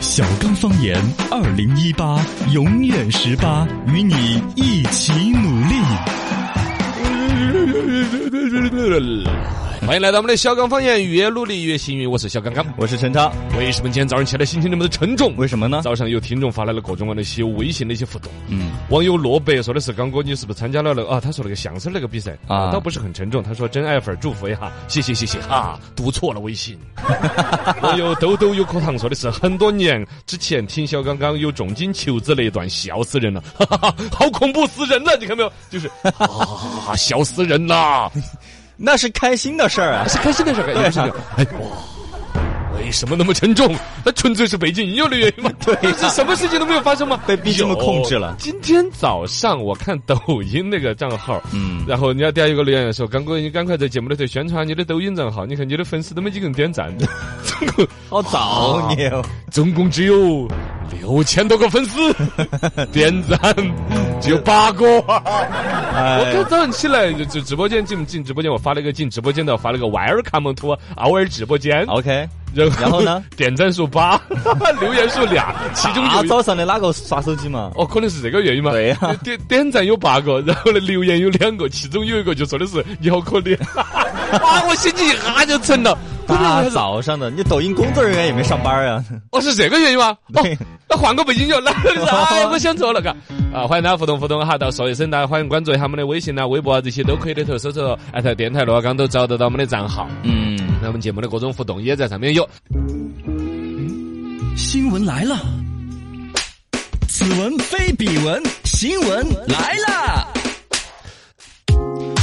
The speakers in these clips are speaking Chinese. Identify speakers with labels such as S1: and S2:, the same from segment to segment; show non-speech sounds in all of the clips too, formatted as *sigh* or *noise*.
S1: 小刚方言二零一八永远十八，与你一起努力。
S2: 欢迎来到我们的小刚方言，越努力越幸运。我是小刚刚。
S1: 我是陈超，
S2: 为什么今天早上起来心情那么的沉重？
S1: 嗯为什么呢？
S2: 早上有听众发来了各种各样的一些微信的一些互动。
S1: 嗯，
S2: 网友罗北说的是：“刚哥，你是不是参加了那个啊？”他说那个相声那个比赛
S1: 啊
S2: 我倒不是很沉重。他说：“真爱粉儿祝福一下，谢谢谢谢哈，读错了微
S1: *laughs*
S2: 信。”网友兜兜有口糖说的是：“很多年之前听小刚刚有重金求子那一段，笑死人了，哈哈哈，好恐怖死人了！你看没有？就是啊，笑死人了。”
S1: 那是开心的事儿啊！
S2: 是开心的事儿，也不是那种哎哇，为什么那么沉重？那纯粹是北京音乐的原
S1: *laughs*
S2: 因吗？对、这什么事情都没有发生吗？
S1: 啊被逼这么控制了
S2: 有今天早上我看抖音那个账号，
S1: 嗯
S2: 嗯，然后人家底下有个留言说：“刚哥，你赶快在节目里头宣传你的抖音账号，你看你的粉丝都没几个人点赞， *laughs* 总共
S1: 好早你哦，
S2: 总共只有六千多个粉
S1: *laughs*
S2: 丝点赞，只有八个。”我
S1: 哎
S2: 看早上起来就就直播间进进直播间，我发了一个进直播间的，发了个 Welcome to 偶尔直播间，
S1: ，OK，
S2: 然
S1: 然后呢？
S2: *laughs* 点赞数八，留言数俩，其中
S1: 大
S2: 有一
S1: 啊早上的哪个刷手机嘛？
S2: 哦，可能是这个原因嘛？
S1: 对呀
S2: 点点赞有八个，然后呢留言有两个，其中有一个就说的是你好可怜， *laughs* 啊，我心情一下就沉了。我就
S1: 大
S2: 还是
S1: 早上的，你抖音工作人员也没上班啊？
S2: 哦，是这个原
S1: *laughs*
S2: 因吗？哦
S1: 对，
S2: 那换个背景音乐，那
S1: *laughs*
S2: 哎，我想错了，嘎。啊，欢迎大家互动互动哈，到说一声，大家欢迎关注一下我们的微信呐、微博啊，这些都可以里头搜索艾特哎电台罗刚都找得到我们的账号。
S1: 嗯。
S2: 那我们节目的各种互动也在上面有。
S3: 新闻来了，此文非彼文，新闻来了。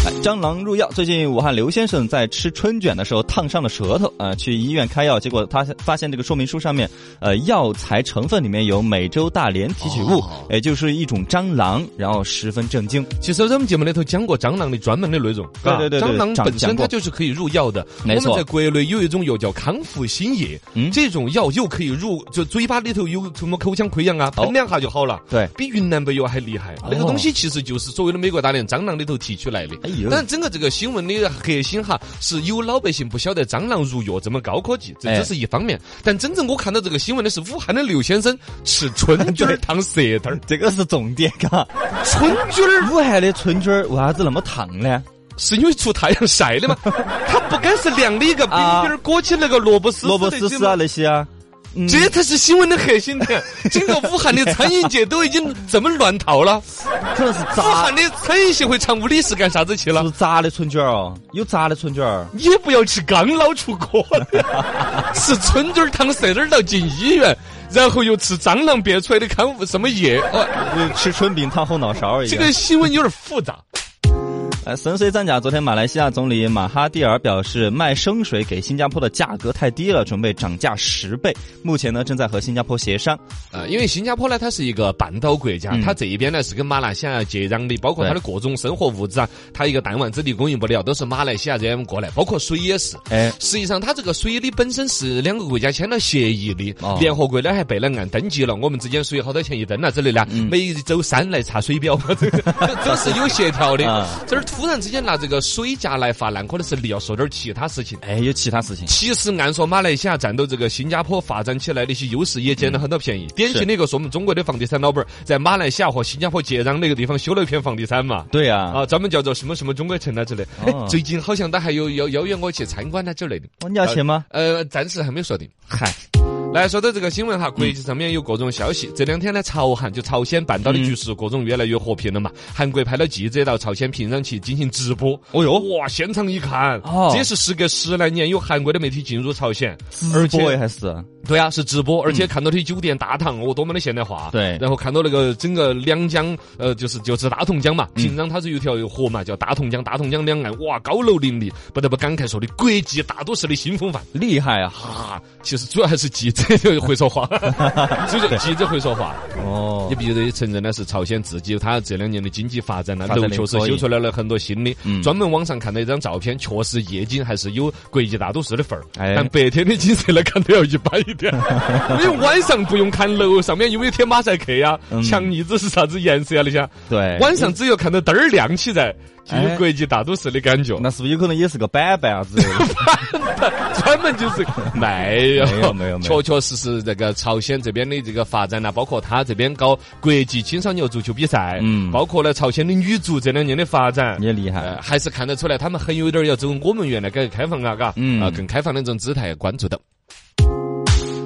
S1: 哎蟑螂入药，最近武汉刘先生在吃春卷的时候烫伤了舌头，啊，去医院开药，结果他发现这个说明书上面，呃，药材成分里面有美洲大连提取物，
S3: 哦
S1: 也就是一种蟑螂，然后十分震惊。
S2: 其实我们节目里头讲过蟑螂的专门的内容，
S1: 对对对对
S2: 蟑螂
S1: 讲
S2: 本身
S1: 讲过
S2: 它就是可以入药的。
S1: 没错
S2: 我们在国内有一种药叫康复新液，
S1: 嗯
S2: 这种药又可以入，就嘴巴里头有什么口腔溃疡啊，
S1: 哦
S2: 喷两下就好了。
S1: 对
S2: 比云南白药还厉
S1: 哦
S2: 害。那个东西其实就是所谓的美国大连蟑螂里头提取来的。
S1: 哎呦
S2: 但整个这个新闻的核心哈，是有老百姓不晓得蟑螂入药这么高科技，这
S1: 哎
S2: 只是一方面。但真正我看到这个新闻的是武汉
S1: *laughs*
S2: 的刘先生吃春卷儿烫舌头儿，
S1: 这个是重点，嘎。
S2: 春卷儿
S1: 武汉的春卷儿为啥子那么烫呢？
S2: 是因为出太阳
S1: *laughs*
S2: 晒的嘛？它不该是凉的一个冰
S1: 啊
S2: 冰儿裹起那个萝卜丝
S1: 萝卜
S2: 的
S1: 丝
S2: 这
S1: 丝啊那些啊，嗯
S2: 这才是新闻的核
S1: *laughs*
S2: 心点。整个武汉的餐饮界都已经这么乱套了，
S1: 可能是
S2: 武
S1: 炸
S2: 汉，的餐饮协会常务理事干啥子去
S1: 是不
S2: 了？
S1: 是炸的春卷儿哦？有炸的春卷儿。
S2: 也不要吃刚捞出锅的，吃春卷儿烫舌头儿到进医院，然后又吃蟑螂憋出来的康复什么液，哦，
S1: 就是吃春饼烫后脑勺一样。
S2: 这个新闻有点复杂。
S1: 呃，神水战甲昨天，马来西亚总理马哈蒂尔表示，卖生水给新加坡的价格太低了，准备涨价十倍。目前呢，正在和新加坡协商。
S2: 呃，因为新加坡呢，它是一个半岛国家，
S1: 嗯
S2: 它这一边呢是跟马来西亚接壤的，包括它的各种生活物资啊，它一个弹丸之地供应不了，都是马来西亚这边过来，包括水也是。
S1: 哎，
S2: 实际上，它这个水的本身是两个国家签了协议的
S1: 哦，
S2: 联合国呢还备了案登记了，我们之间水好多钱一吨啊之类的，
S1: 嗯
S2: 每周三来查水表， *laughs* 这个都是有协调
S1: *laughs*
S2: 的
S1: 啊。
S2: 这儿突然之间拿这个水价来发难，可能是你要说点其他事情。
S1: 哎，有其他事情。
S2: 其实按说马来西亚占到这个新加坡发展起来的一些优势，也捡了很多便宜。典型的一个是我们中国的房地产老板儿在马来西亚和新加坡接壤那个地方修了一片房地产嘛。
S1: 对啊，
S2: 啊，咱们叫做什么什么中国城啊之类。哎
S1: 哦，
S2: 最近好像他还有邀邀约我去参观啊之类的。
S1: 哦你要钱吗？
S2: 呃，暂时还没有说定。
S1: 嗨，
S2: 来说到这个新闻哈，国际上面有各种消息。这两天呢，朝韩就朝鲜半岛的局势
S1: 嗯
S2: 各种越来越和平了嘛。韩国派了记者到朝鲜平壤去进行直播。
S1: 哦哟
S2: 哇，现场一看，
S1: 哦
S2: 这是时隔十来年有韩国的媒体进入朝鲜，
S1: 直播也还是
S2: 对啊，是直播，而且看到的酒店大堂哦，多么的现代化。
S1: 对
S2: 然后看到那个整个两江，呃，就是就是大同江嘛，平壤它是有条河嘛，叫大同江，大同江两岸哇，高楼林立，不得不感慨说的国际大都市的新风范。
S1: 厉害啊！
S2: 啊，其实主要还是记者会说话，就是记者会说话。
S1: 哦
S2: 你，必须得承认呢，是朝鲜自己它这两年的经济发展呢，
S1: 发展
S2: 楼
S1: 得
S2: 确实
S1: 可以
S2: 修出来了很多新的
S1: 嗯。
S2: 专门网上看到一张照片，确实夜景还是有国际大都市的份儿，
S1: 哎
S2: 但白天的景色来看都要一般
S1: *laughs*
S2: 一点，因为晚上不用看楼上面有没有贴马赛克呀
S1: 嗯，
S2: 墙腻子是啥子颜色呀那些，
S1: 对，
S2: 晚上只有看到灯儿亮起来，就
S1: 哎
S2: 有国际大都市的感觉。
S1: 那是不是有可能也是个板板啊之类的？
S2: 专门就是没有
S1: 没有没有没有
S2: 确确实实这个朝鲜这边的这个发展呐、啊包括他这边搞国际青少年足球比赛，
S1: 嗯
S2: 嗯，包括呢朝鲜的女足这两年的发展。
S1: 也厉
S2: 呃，
S1: 害，
S2: 还是看得出来，他们很有点儿要走我们原来改革开放啊，嘎，
S1: 嗯
S2: 啊，更开放的这种姿态关注到。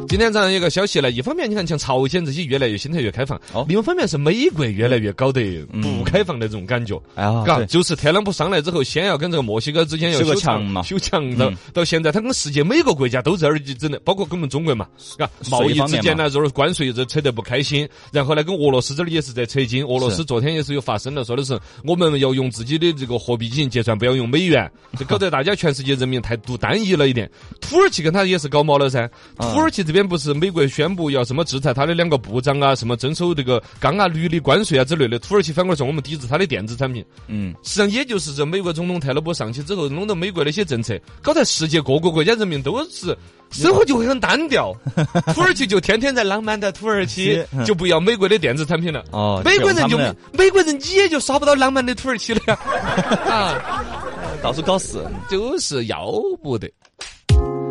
S2: 今天早上有个消息呢，一方面你看像朝鲜这些越来越心态越开放，
S1: 哦嗯
S2: 另一方面是美国越来越搞得不开放的这种感觉。
S1: 哎呀，
S2: 嘎，
S1: 对，
S2: 就是特朗普上来之后，先要跟这个墨西哥之间要
S1: 修个
S2: 墙
S1: 墙嘛
S2: 修墙到
S1: 嗯
S2: 到现在，他跟世界每个国家都在那儿就整的，包括跟我们中国嘛，嘎，贸易之间呢，这儿关税这儿扯得不开心，然后呢，跟俄罗斯这儿也是在扯筋，俄罗
S1: 是
S2: 斯昨天也是有发声了，说的是我们要用自己的这个货币进行结算，不要用美
S1: *laughs*
S2: 元，这搞得大家全世界人民态度单一了一点。土耳其跟他也是搞毛了噻，
S1: 嗯
S2: 土耳其这边不是美国宣布要什么制裁他的两个部长啊，什么征收这个钢啊、铝的关税啊之类的，土耳其反过来说我们抵制他的电子产品。
S1: 嗯，
S2: 实际上也就是这美国总统特朗普上去之后，弄到美国那些政策，搞得世界各国国家人民都是生活就会很
S1: *laughs*
S2: 单调。土耳其就天天在浪漫的土耳其
S1: 是嗯，
S2: 就不要美国的电子产品了。
S1: 哦，
S2: 美国人就
S1: 这种
S2: 美国人你也就耍不到浪漫的土耳
S1: *laughs*
S2: 其了呀，啊，
S1: 他们到处搞事，
S2: 就是要不得。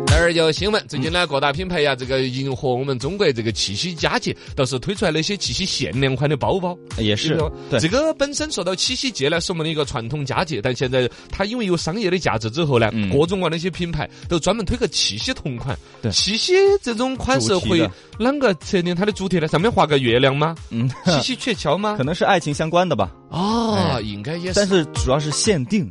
S2: 这儿有新闻，最近呢，各大品牌呀，这个迎合我们中国这个气息佳节，倒是推出来了一些气息限量款的包包。
S1: 也是
S2: 有没有，
S1: 对
S2: 这，个本身说到七夕节呢，是我们的一个传统佳节，但现在它因为有商业的价值之后呢，
S1: 嗯
S2: 各种各样的一些品牌都专门推个七夕同款。
S1: 对
S2: 七夕这种款式
S1: 主题的
S2: 会呃啷个测定它的主题呢？上面画个月亮吗？
S1: 嗯，
S2: 七夕鹊桥
S1: *laughs*
S2: 吗
S1: 可？能是爱情相关的吧，
S2: 啊，应该也
S1: 但是
S2: 是。
S1: 嗯主要是限定，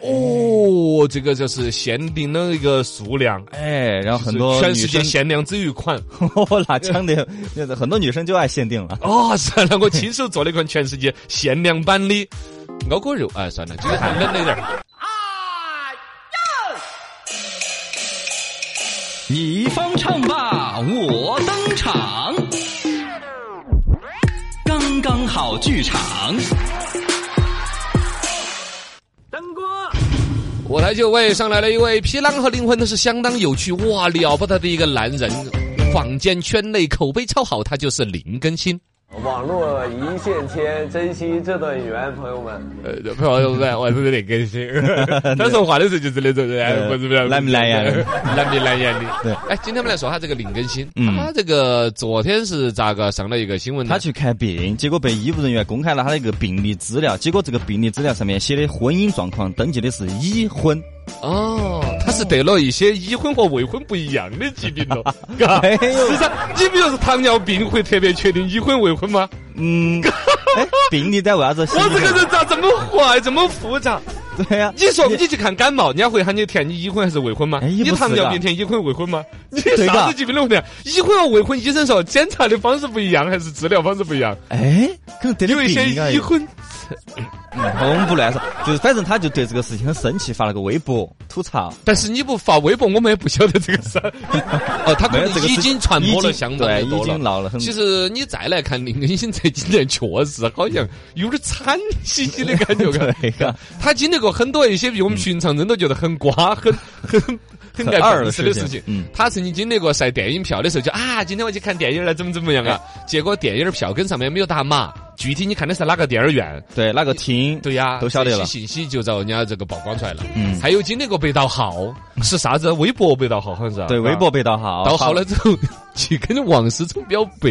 S2: 哦，这个就是限定的一个数量。
S1: 哎，然后很多
S2: 全
S1: 女
S2: 世界
S1: 生
S2: 限量只有一款
S1: *laughs* 我拿枪的， *laughs* 很多女生就爱限定了。
S2: 哦，是啊，那我亲手做了一款全世界限量版的熬锅肉，哎，算了，这个太冷了一点儿。
S3: 你方唱罢我登场，刚刚好剧场。
S2: 我台就位上来了一位皮囊和灵魂都是相当有趣哇了不得的一个男人，坊间圈内口碑超好，他就是林更新。
S4: 网络一线牵，珍惜这段缘，朋友们。
S2: 呃，不好意思，我是林
S1: *laughs*
S2: 更新。他说话的时候就是那种，
S1: 呃
S2: 哎不是不是，
S1: 懒不懒呀
S2: 懒不懒呀的。
S1: 对，
S2: 哎，今天我们来说下这个林更新，
S1: 嗯
S2: 他这个昨天是咋个上了一个新闻呢？
S1: 他去看病，结果被医务人员公开了他的一个病历资料，结果这个病历资料上面写的婚姻状况登记的是已婚，
S2: 哦，他是得了一些已婚和未婚不一样的疾病咯，嘎。
S1: 哎呦
S2: *laughs* 实际上，你比如说糖尿病会特别确定已婚未婚吗？ *laughs*
S1: 嗯，哎，病历在为啥子？
S2: 我这个人咋这么坏，这么复杂？
S1: *laughs* 对呀、
S2: 你说你去看感冒，人家会喊你填你已婚还是未婚吗？
S1: 哎也
S2: 你
S1: 不是
S2: 糖尿
S1: 的
S2: 病填已婚未婚吗？你
S1: 对的
S2: 啥子疾病都不填，已婚和未婚，医生说检查的方式不一样，还是治疗方式不一样？
S1: 哎，可能得的
S2: 有一些
S1: 病啊
S2: 已，婚，
S1: 嗯 *laughs* 我们不乱说，就是反正他就对这个事情很生气，发了个微博吐槽。
S2: 但是你不发微博，我们也不晓得这
S1: *laughs*
S2: 个事儿。哦，他可 *laughs*
S1: 没有哎这
S2: 能
S1: 个
S2: 已
S1: 事
S2: 经传播了相当
S1: 对，
S2: 的
S1: 已
S2: 多
S1: 经
S2: 了。
S1: 闹了很。
S2: 其实你再来看林更新这几年，确实好像有点惨 *laughs* 兮兮的感觉。
S1: 对
S2: *laughs*
S1: 呀、
S2: 他经历过很多一些比我们平常人都觉得很瓜、很 *laughs* 很很
S1: 很
S2: 爱
S1: 二
S2: 本
S1: 的
S2: 事
S1: 事
S2: 的
S1: 情
S2: 事情。
S1: 嗯
S2: 他曾经经历过晒电影票的时候，就啊，今天我去看电影了，怎么怎么样啊？结果电影票根上面没有打码，具体你看的是哪个电影院？
S1: 对，哪个厅？
S2: 对呀、
S1: 都晓得了
S2: 这些信息就遭人家这个曝光出来了。
S1: 嗯
S2: 还有经历过被盗号，是啥子？微博被盗号好像是啊。
S1: 对，微博被盗号，
S2: 盗号了之后， *laughs* 去跟王思聪表白，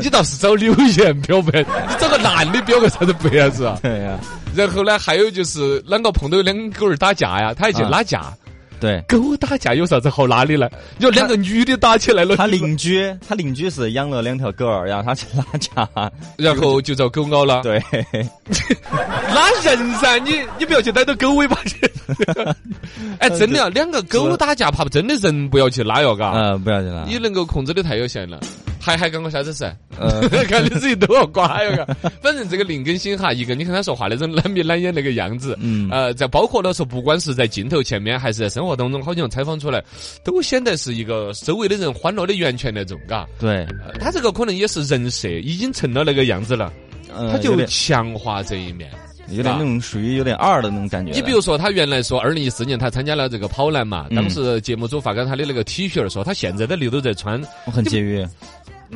S2: 你倒是找柳 *laughs* 岩表白，你找个男的表个啥子白啊？是啊？
S1: 对呀、
S2: 然后呢，还有就是啷个碰到两个狗儿打架呀，他还去
S1: 啊
S2: 拉架。 *laughs*
S1: 对。
S2: 狗打架有啥子好拉的呢？你说两个女的打起来了，
S1: 他邻居，他邻居是养了两条狗儿，然后他去拉架，
S2: 然后就遭狗咬了。 *laughs*
S1: 对，
S2: 拉人噻，你你不要去逮到狗尾
S1: *laughs*
S2: 巴去。哎，
S1: 嗯
S2: 真的啊，两个狗打架，怕不真的人不要去拉哟，嘎。
S1: 呃，不要紧了，
S2: 你能够控制的太有限了。还还干过啥子事？
S1: 呃，
S2: *laughs* 看你自己都要瓜哟，嘎。反正这个林更新哈，一个你看他说话那种懒面懒眼那个样子， *laughs*
S1: 嗯
S2: 呃，在包括了说，不管是在镜头前面，还是在生活当中，好像采访出来，都显得是一个周围的人欢乐的源泉那种，嘎。
S1: 对，
S2: 呃他这个可能也是人设，已经成了那个样子了，
S1: 呃
S2: 他
S1: 有
S2: 就
S1: 点
S2: 强化这一面。
S1: 有点那种属于有点二的那种感觉。
S2: 你比如说，他原来说，二零一四年他参加了这个跑男嘛，
S1: 嗯
S2: 当时节目组发给他的那个 T 恤，说他现在的里头在穿。
S1: 我很节约，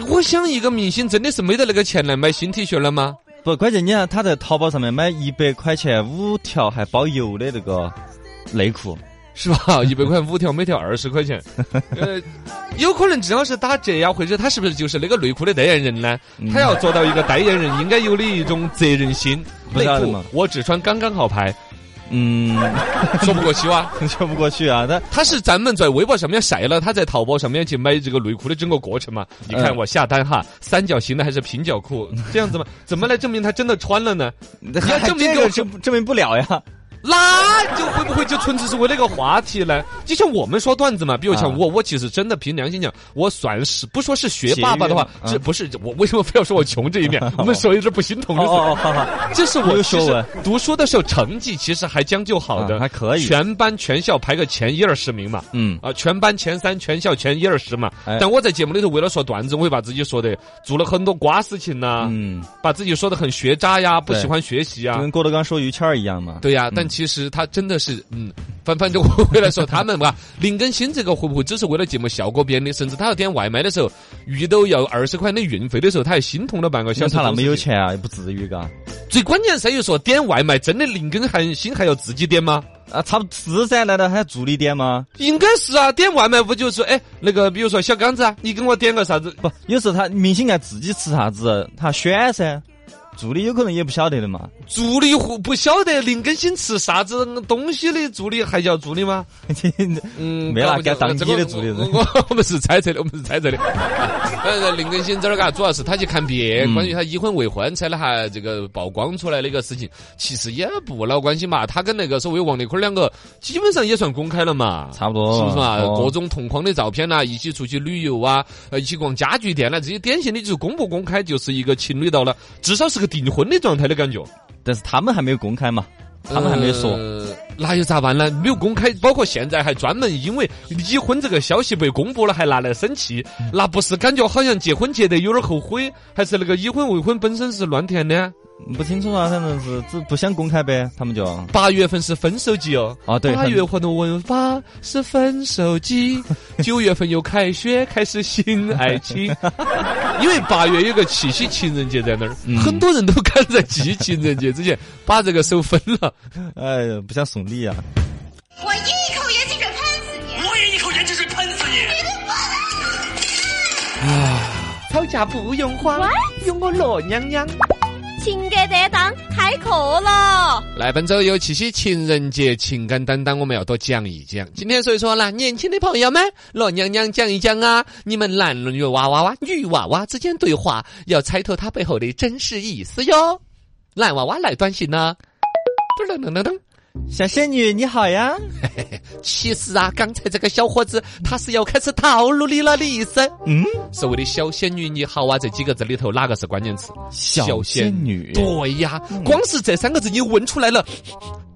S2: 我想，一个明星真的是没得那个钱来买新 T 恤了吗？
S1: 不，关键你看他在淘宝上面买一百块钱五条还包邮的那个内裤，
S2: 是吧？一百块五条，每条二十块钱，呃，有可能只要是打折呀，或者他是不是就是那个内裤的代言人呢？他要做到一个代言人应该有的一种责任心。
S1: 不
S2: 内
S1: 知道的
S2: 裤
S1: 嘛
S2: 我只穿刚刚好牌， *laughs*
S1: 嗯， *laughs*
S2: 说不过去哇。
S1: 说不过去啊。但
S2: 他是咱们在微博上面晒了他在淘宝上面去买这个内裤的整个过程嘛？你看
S1: 嗯
S2: 我下单哈，三角形的还是平角裤，这样子嘛？怎么来证明他真的穿了呢？
S1: 你
S2: 要证明给我
S1: 这个证证明不了
S2: *laughs*
S1: 呀。
S2: 那就会不会就纯粹是为了一个话题呢？就像我们说段子嘛，比如像
S1: 啊
S2: 我，我其实真的凭良心讲，我算是不说是学霸吧的话，
S1: 节约嘛
S2: 这不是我为什么非要说我穷这一面？
S1: *laughs*
S2: 我们说一是不心痛
S1: 哦
S2: 的事。
S1: 哦，好好，
S2: 这是我
S1: 又
S2: 其
S1: 说
S2: 实
S1: 我
S2: 读书的时候成绩其实还将就好的，
S1: 啊还可以
S2: 全班全校排个前一二十名嘛。
S1: 嗯，
S2: 啊，全班前三，全校前一二十嘛。
S1: 哎
S2: 但我在节目里头为了说段子，我会把自己说的做了很多瓜事情呐、
S1: 嗯，
S2: 把自己说的很学渣呀，不
S1: 对
S2: 喜欢学习呀
S1: 就。跟郭德纲说于谦儿一样嘛。
S2: 啊对呀、但其实他真的是，嗯，反反正我为了说他
S1: *laughs*
S2: 们吧，林更新这个会不会只是为了节目效果编的？甚至他要点外卖的时候，遇到要二十块的运费的时候，他还心痛了半个
S1: 像
S2: 小时。
S1: 他那么有，钱啊，也不至于嘎。
S2: 最关键在于说点外卖，真的林更还新还要自己点吗？
S1: 啊，差不多是噻，难道还要助理点吗？
S2: 应该是啊，点外卖不就是哎那个，比如说小刚子啊，你给我点个啥子？
S1: 不，有时候他明星爱自己吃啥子，他选噻。助理有可能也不晓得的嘛， *laughs*
S2: 助理不不晓得林更新吃啥子东西的助理还叫助理吗？嗯
S1: 没啦
S2: 搞不清
S1: 该当
S2: 这个
S1: 你的助理人
S2: 我我我们是猜测的，我们是猜测的。 *laughs* 呃，林更新这儿嘎，主要是他去看病，
S1: 嗯
S2: 关于他已婚未婚才了哈这个曝光出来的一个事情，其实也不老关心嘛。他跟那个所谓王丽坤两个，基本上也算公开了嘛。
S1: 差不多
S2: 是不是嘛？
S1: 哦
S2: 各种同框的照片呐、一起出去旅游啊，呃一起逛家具店啦、这些典型的就是公不公开，就是一个情侣到了，至少是个订婚的状态的感觉。
S1: 但是他们还没有公开嘛，他们还没有说。
S2: 呃那又咋办呢？没有公开，包括现在还专门因为离婚这个消息被公布了，还拿来生气，
S1: 嗯
S2: 那不是感觉好像结婚结得有点后悔，还是那个已婚未婚本身是乱填的？
S1: 不清楚啊，反正是只不想公开呗，他们就
S2: 八月份是分手季哦。
S1: 啊，对，
S2: 八
S1: 他
S2: 月份的文八是分手季，
S1: *laughs*
S2: 九月份又开学，开始新爱情。因为八月有个七夕情人节在那儿，
S1: 嗯
S2: 很多人都赶在七夕情人节之前把这个手分了。
S1: 哎呀，不想送礼啊，
S5: 我一口盐汽水喷死你！
S6: 我也一口盐汽水喷死你！
S2: *laughs* 吵架不用慌，有我罗娘娘。
S5: 情感担当开课了，
S2: 来，本周有七夕情人节情感担当，我们要多讲一讲。今天所以说呢，年轻的朋友们，罗娘娘讲一讲啊，你们男女娃娃娃、女娃娃之间对话，要猜透它背后的真实意思哟。男娃娃来短信呢，噔噔噔噔噔。
S1: 小仙女你好呀，
S2: 其实啊，刚才这个小伙子他是要开始套路你了，李医生。
S1: 嗯，
S2: 所谓的小仙女你好啊，这几个字里头哪个是关键词？
S1: 小仙女，
S2: 对呀，光是这三个字，你闻出来了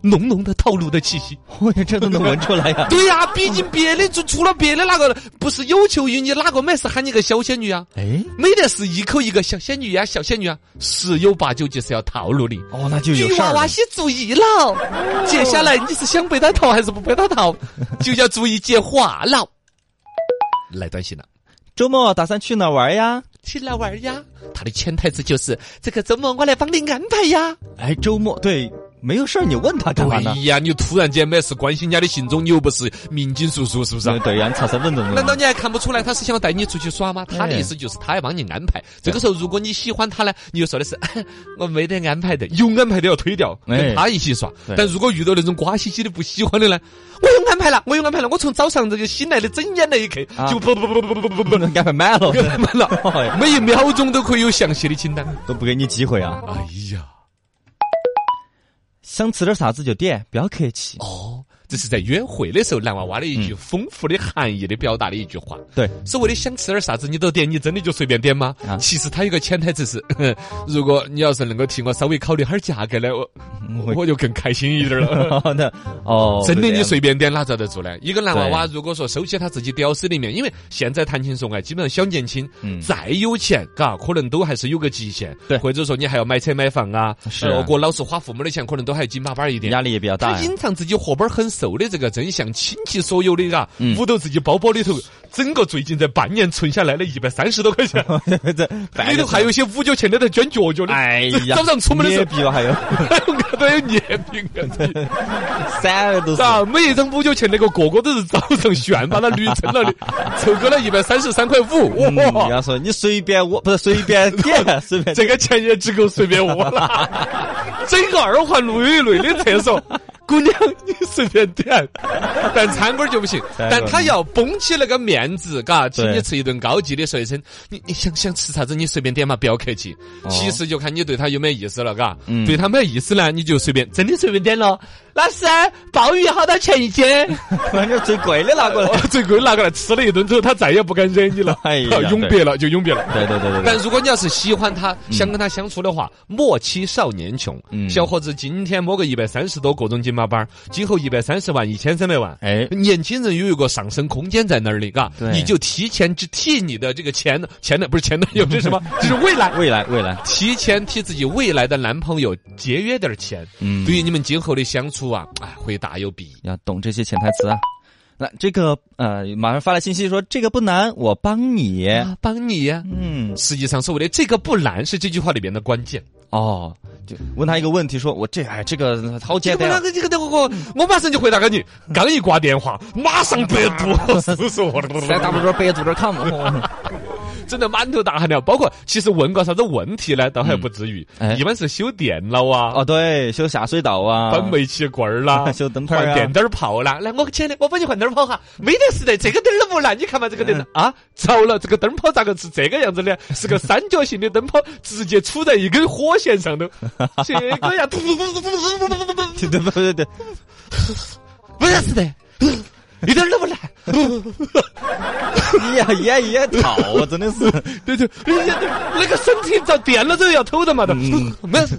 S2: 浓浓的套路的气息。
S1: 我也哦这都能闻出来呀、
S2: 对呀，毕竟别的就除了别的那个不是有求于你，哪个没事喊你个小仙女啊？
S1: 哎，
S2: 没得是一口一个小仙女呀、小仙女啊，十有八九就是要套路你。
S1: 哦，那就有
S2: 女
S1: 事
S2: 娃
S1: 儿哦
S2: 娃
S1: 了。
S2: 些注意了，接下来你是想被他套还是不被他套，就要注意接话了。来短信了。
S1: 周末打算去哪儿玩呀？
S2: 去哪玩呀？他的潜台词就是这个周末我来帮你安排呀。
S1: 哎，周末对，没有事儿你问他干嘛呢？
S2: 对呀，你突然间没事关心人家的行踪，你又不是民警叔叔，是不是啊？
S1: 嗯对呀，你咋才问的
S2: 难道
S1: 呢？
S2: 你还看不出来他是想带你出去耍吗？他的
S1: 哎
S2: 意思就是他要帮你安排。这个时候，如果你喜欢他呢，你就说的是 *laughs* 我没得安排的，有安排的要推掉，
S1: 哎
S2: 跟他一起耍。
S1: 对
S2: 但如果遇到那种瓜兮兮的不喜欢的呢，我有安排了，我有安排了，我从早上这个醒来的睁眼那一刻
S1: 啊哎
S2: 就不不不不不不不不。
S1: 安排满了，
S2: 安
S1: *laughs*
S2: 排了，每一秒钟都可以有详细的清单。
S1: 都不给你机会啊！
S2: 哎呀，
S1: 想吃点啥子就点，不要客气。
S2: 哦，这是在约会的时候男娃娃的一句
S1: 嗯
S2: 丰富的含义的表达的一句话。
S1: 对，
S2: 所谓的想吃点啥子你都点，你真的就随便点吗？
S1: 啊
S2: 其实它有个潜台词是， *laughs* 如果你要是能够替我稍微考虑下儿价格呢，我
S1: 会
S2: 我就更开心一点了。
S1: 那 *laughs* 哦，
S2: 真的，
S1: 是这
S2: 你
S1: 样
S2: 随便点哪遭得住呢？一个男娃
S1: 对
S2: 娃如果说收起他自己屌丝里面，因为现在谈情说爱，基本上小年轻，
S1: 嗯
S2: 再有钱，嘎，可能都还是有个极限。
S1: 对
S2: 或者说你还要买车买房啊，
S1: 是啊
S2: 呃过老是花父母的钱，可能都还紧巴巴一点。
S1: 压力也比较大
S2: 他
S1: 呀。
S2: 隐藏自己荷包很瘦的这个真相，倾其所有的嘎
S1: 嗯，
S2: 捂到自己包包里头，整个最近这半年存下来了一百三十多块钱，
S1: *laughs* 这
S2: 里头还有一些五角钱的在捐脚脚的。
S1: 哎呀，
S2: 早上出门的时候
S1: 捏比我还有
S2: 都有孽病啊！
S1: 三个都是。
S2: 啊，每一张五角钱那个个个都是早上炫，把它捋成了的， *laughs* 凑够了一百三十三块五，
S1: 嗯，
S2: 哇！
S1: 你要说你随便我不是随便点随便点
S2: *laughs* 这个钱也只够随便我 *laughs* 了。整个二环路有一类的厕所，姑娘你随便点，但餐馆就不行。
S1: 馆
S2: 但他要绷起那个面子，嘎，请
S1: 对
S2: 你吃一顿高级的，说一声你你想想吃啥子，你随便点嘛，不要客气。其实就看你对他有没有意思了，嘎
S1: 嗯，
S2: 对他没有意思呢，你就随便，真的随便点了。老师，鲍鱼好多钱一 *laughs* 斤？
S1: 反正最贵的拿过来。
S2: 哦最贵拿过来吃了一顿之后，他再也不敢惹你了，
S1: 哎
S2: *laughs*
S1: 呀
S2: 永别了就永别了。
S1: 对对对对
S2: 但
S1: 对，
S2: 如果你要是喜欢他，想跟他相处的话，莫欺少年穷。
S1: 嗯
S2: 小伙子今天摸个一百三十多，各种金巴巴儿，今后一百三十万、一千三百万。
S1: 哎，
S2: 年轻人有一个上升空间在那里，嘎
S1: 对，
S2: 你就提前只替你的这个前前男不是前男友，这是
S1: *laughs*
S2: 什么？这是未来。
S1: 未来未来，
S2: 提前替自己未来的男朋友节约点儿钱，
S1: 嗯
S2: 对于你们今后的相处啊，哎，会大有裨益。
S1: 要懂这些潜台词啊。那这个呃，马上发来信息说这个不难，我帮你。
S2: 啊帮你呀、
S1: 嗯，
S2: 实际上所谓的这个不难是这句话里边的关键。
S1: 哦，就问他一个问题，说我这哎这个好
S2: 结
S1: 简
S2: 果
S1: 单
S2: 那
S1: 啊。
S2: 个这个我我我马上就回答给你，刚一挂电话，马上百度搜索，
S1: 三 w 百度点 com，
S2: 整得满头大汗了。包括其实问个啥子问题呢，倒还不至于
S1: 嗯哎，
S2: 一般是修电脑啊。
S1: *laughs* 哦对，修下水道啊，，
S2: 换煤气罐儿啦
S1: *laughs* 修灯泡啊
S2: 换电灯儿泡啦。来，我亲爱的，我帮你换灯儿泡哈，没得事的，这个灯儿都不烂，你看嘛，这个灯儿啊，糟了，这个灯泡咋个是这个样子呢？是个三角形的灯泡，直接杵在一根火线上头，这个呀，突突突突突突突突突突
S1: 对对对对，
S2: 不是的，一点都不难。
S1: 哎呀也也讨啊，真的是。
S2: 对对，人家那个身体遭电了都要偷的嘛的，
S1: 嗯
S2: 没
S1: *laughs*
S2: 事。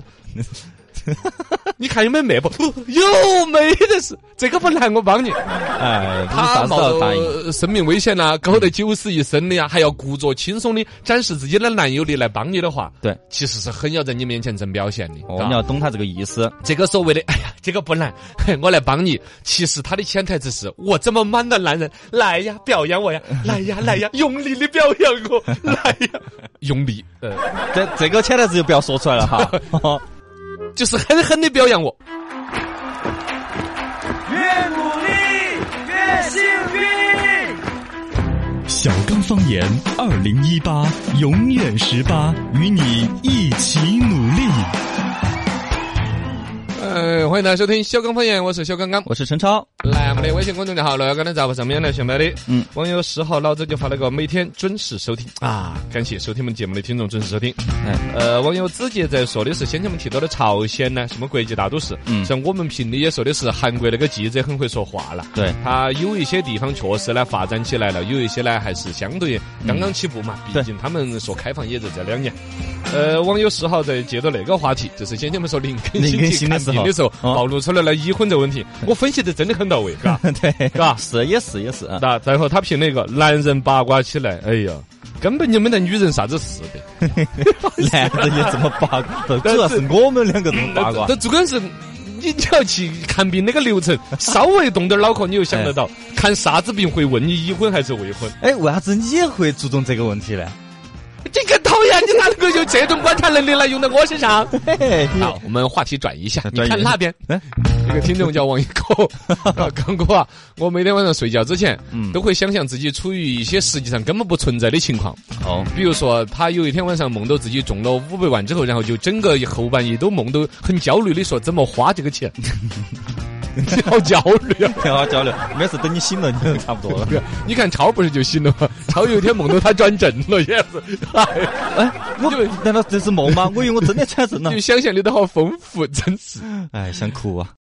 S2: 你看有没有卖不？有没得事，这个不难，我帮你。
S1: 哎，不是啥
S2: 他
S1: 事
S2: 冒
S1: 都要答应。
S2: 着生命危险啦、搞得九死一生的呀、还要故作轻松的展示自己的男友力来帮你的话，
S1: 对，
S2: 其实是很要在你面前挣表现的。
S1: 哦，
S2: 嘎
S1: 你要懂他这个意思。
S2: 这个所谓的，哎呀，这个不难，嘿我来帮你。其实他的潜台词是我这么 man 的男人，来呀，表扬我呀，来呀，来呀，用力的表扬我，来
S1: *laughs*
S2: 呀，用力，呃，
S1: 这这个潜台词就不要说出来了哈。哦
S2: 就是狠狠的表扬我。
S6: 越努力越幸运。
S3: 小刚方言二零一八永远十八，与你一起努力。
S2: 呃，欢迎大家收听小刚方言，我是小刚刚。
S1: 我是陈超，
S2: 来，我们的微信公众号“乐刚的杂货”上面来选买的。
S1: 嗯
S2: 嗯，网友十号老子就发了个每天准时收听啊，感谢收听我们节目的听众准时收听。
S1: 哎，
S2: 呃，网友子杰在说的是先前我们提到的朝鲜呢，什么国际大都市，
S1: 嗯
S2: 像我们评理也说的是韩国那个记者很会说话了。
S1: 对，
S2: 他有一些地方确实呢发展起来了，有一些呢还是相对刚刚起步嘛，
S1: 嗯对
S2: 毕竟他们说开放也就这两年。呃，网友十号在接着那个话题，就是先前我们说林更
S1: 林更
S2: 新
S1: 新的
S2: 看
S1: 时候
S2: 病的时候，
S1: 哦
S2: 暴露出来了已婚这个问题，我分析的真的很到位， *laughs*
S1: *laughs*
S2: 嘎。
S1: 对，
S2: 嘎
S1: 是也是也是啊，
S2: 那然后他评了一个男人八卦起来，哎呀，根本就没得女人啥子事的。
S1: *laughs* 男人也这么八卦，不主要是我们两个这么八卦
S2: 那。主要是你只要去看病那个流 *laughs* 程，稍微动点脑壳，你就想得到，看啥子病会问你已婚还是未婚。
S1: 哎，为啥子你也会注重这个问题呢？
S2: 这个讨厌，你哪能够有这种观察能力来用到我身上？
S1: 嘿嘿，
S2: *laughs* 好，我们话题转移 *laughs* 一下，你
S1: 转移
S2: 看那边
S1: 哎，
S2: 有个听众叫王一哥，啊刚哥啊，我每天晚上睡觉之前，
S1: 嗯
S2: 都会想象自己处于一些实际上根本不存在的情况。
S1: 哦，
S2: 比如说，他有一天晚上梦到自己中了五百万之后，然后就整个后半夜都梦到很焦虑的说怎么花这个钱，你好焦
S1: *laughs*
S2: 虑啊！
S1: *laughs* 挺好交流，每次等你醒了，你就差不
S2: *laughs*
S1: 多了。
S2: 你看超不是就醒了吗？超有一天梦到他转正了，也是，哎
S1: 哎，我
S2: *laughs*
S1: 难道这是梦吗？我以为我真的转正了
S2: 就。想象力都好丰富，真是。
S1: 哎，想哭啊！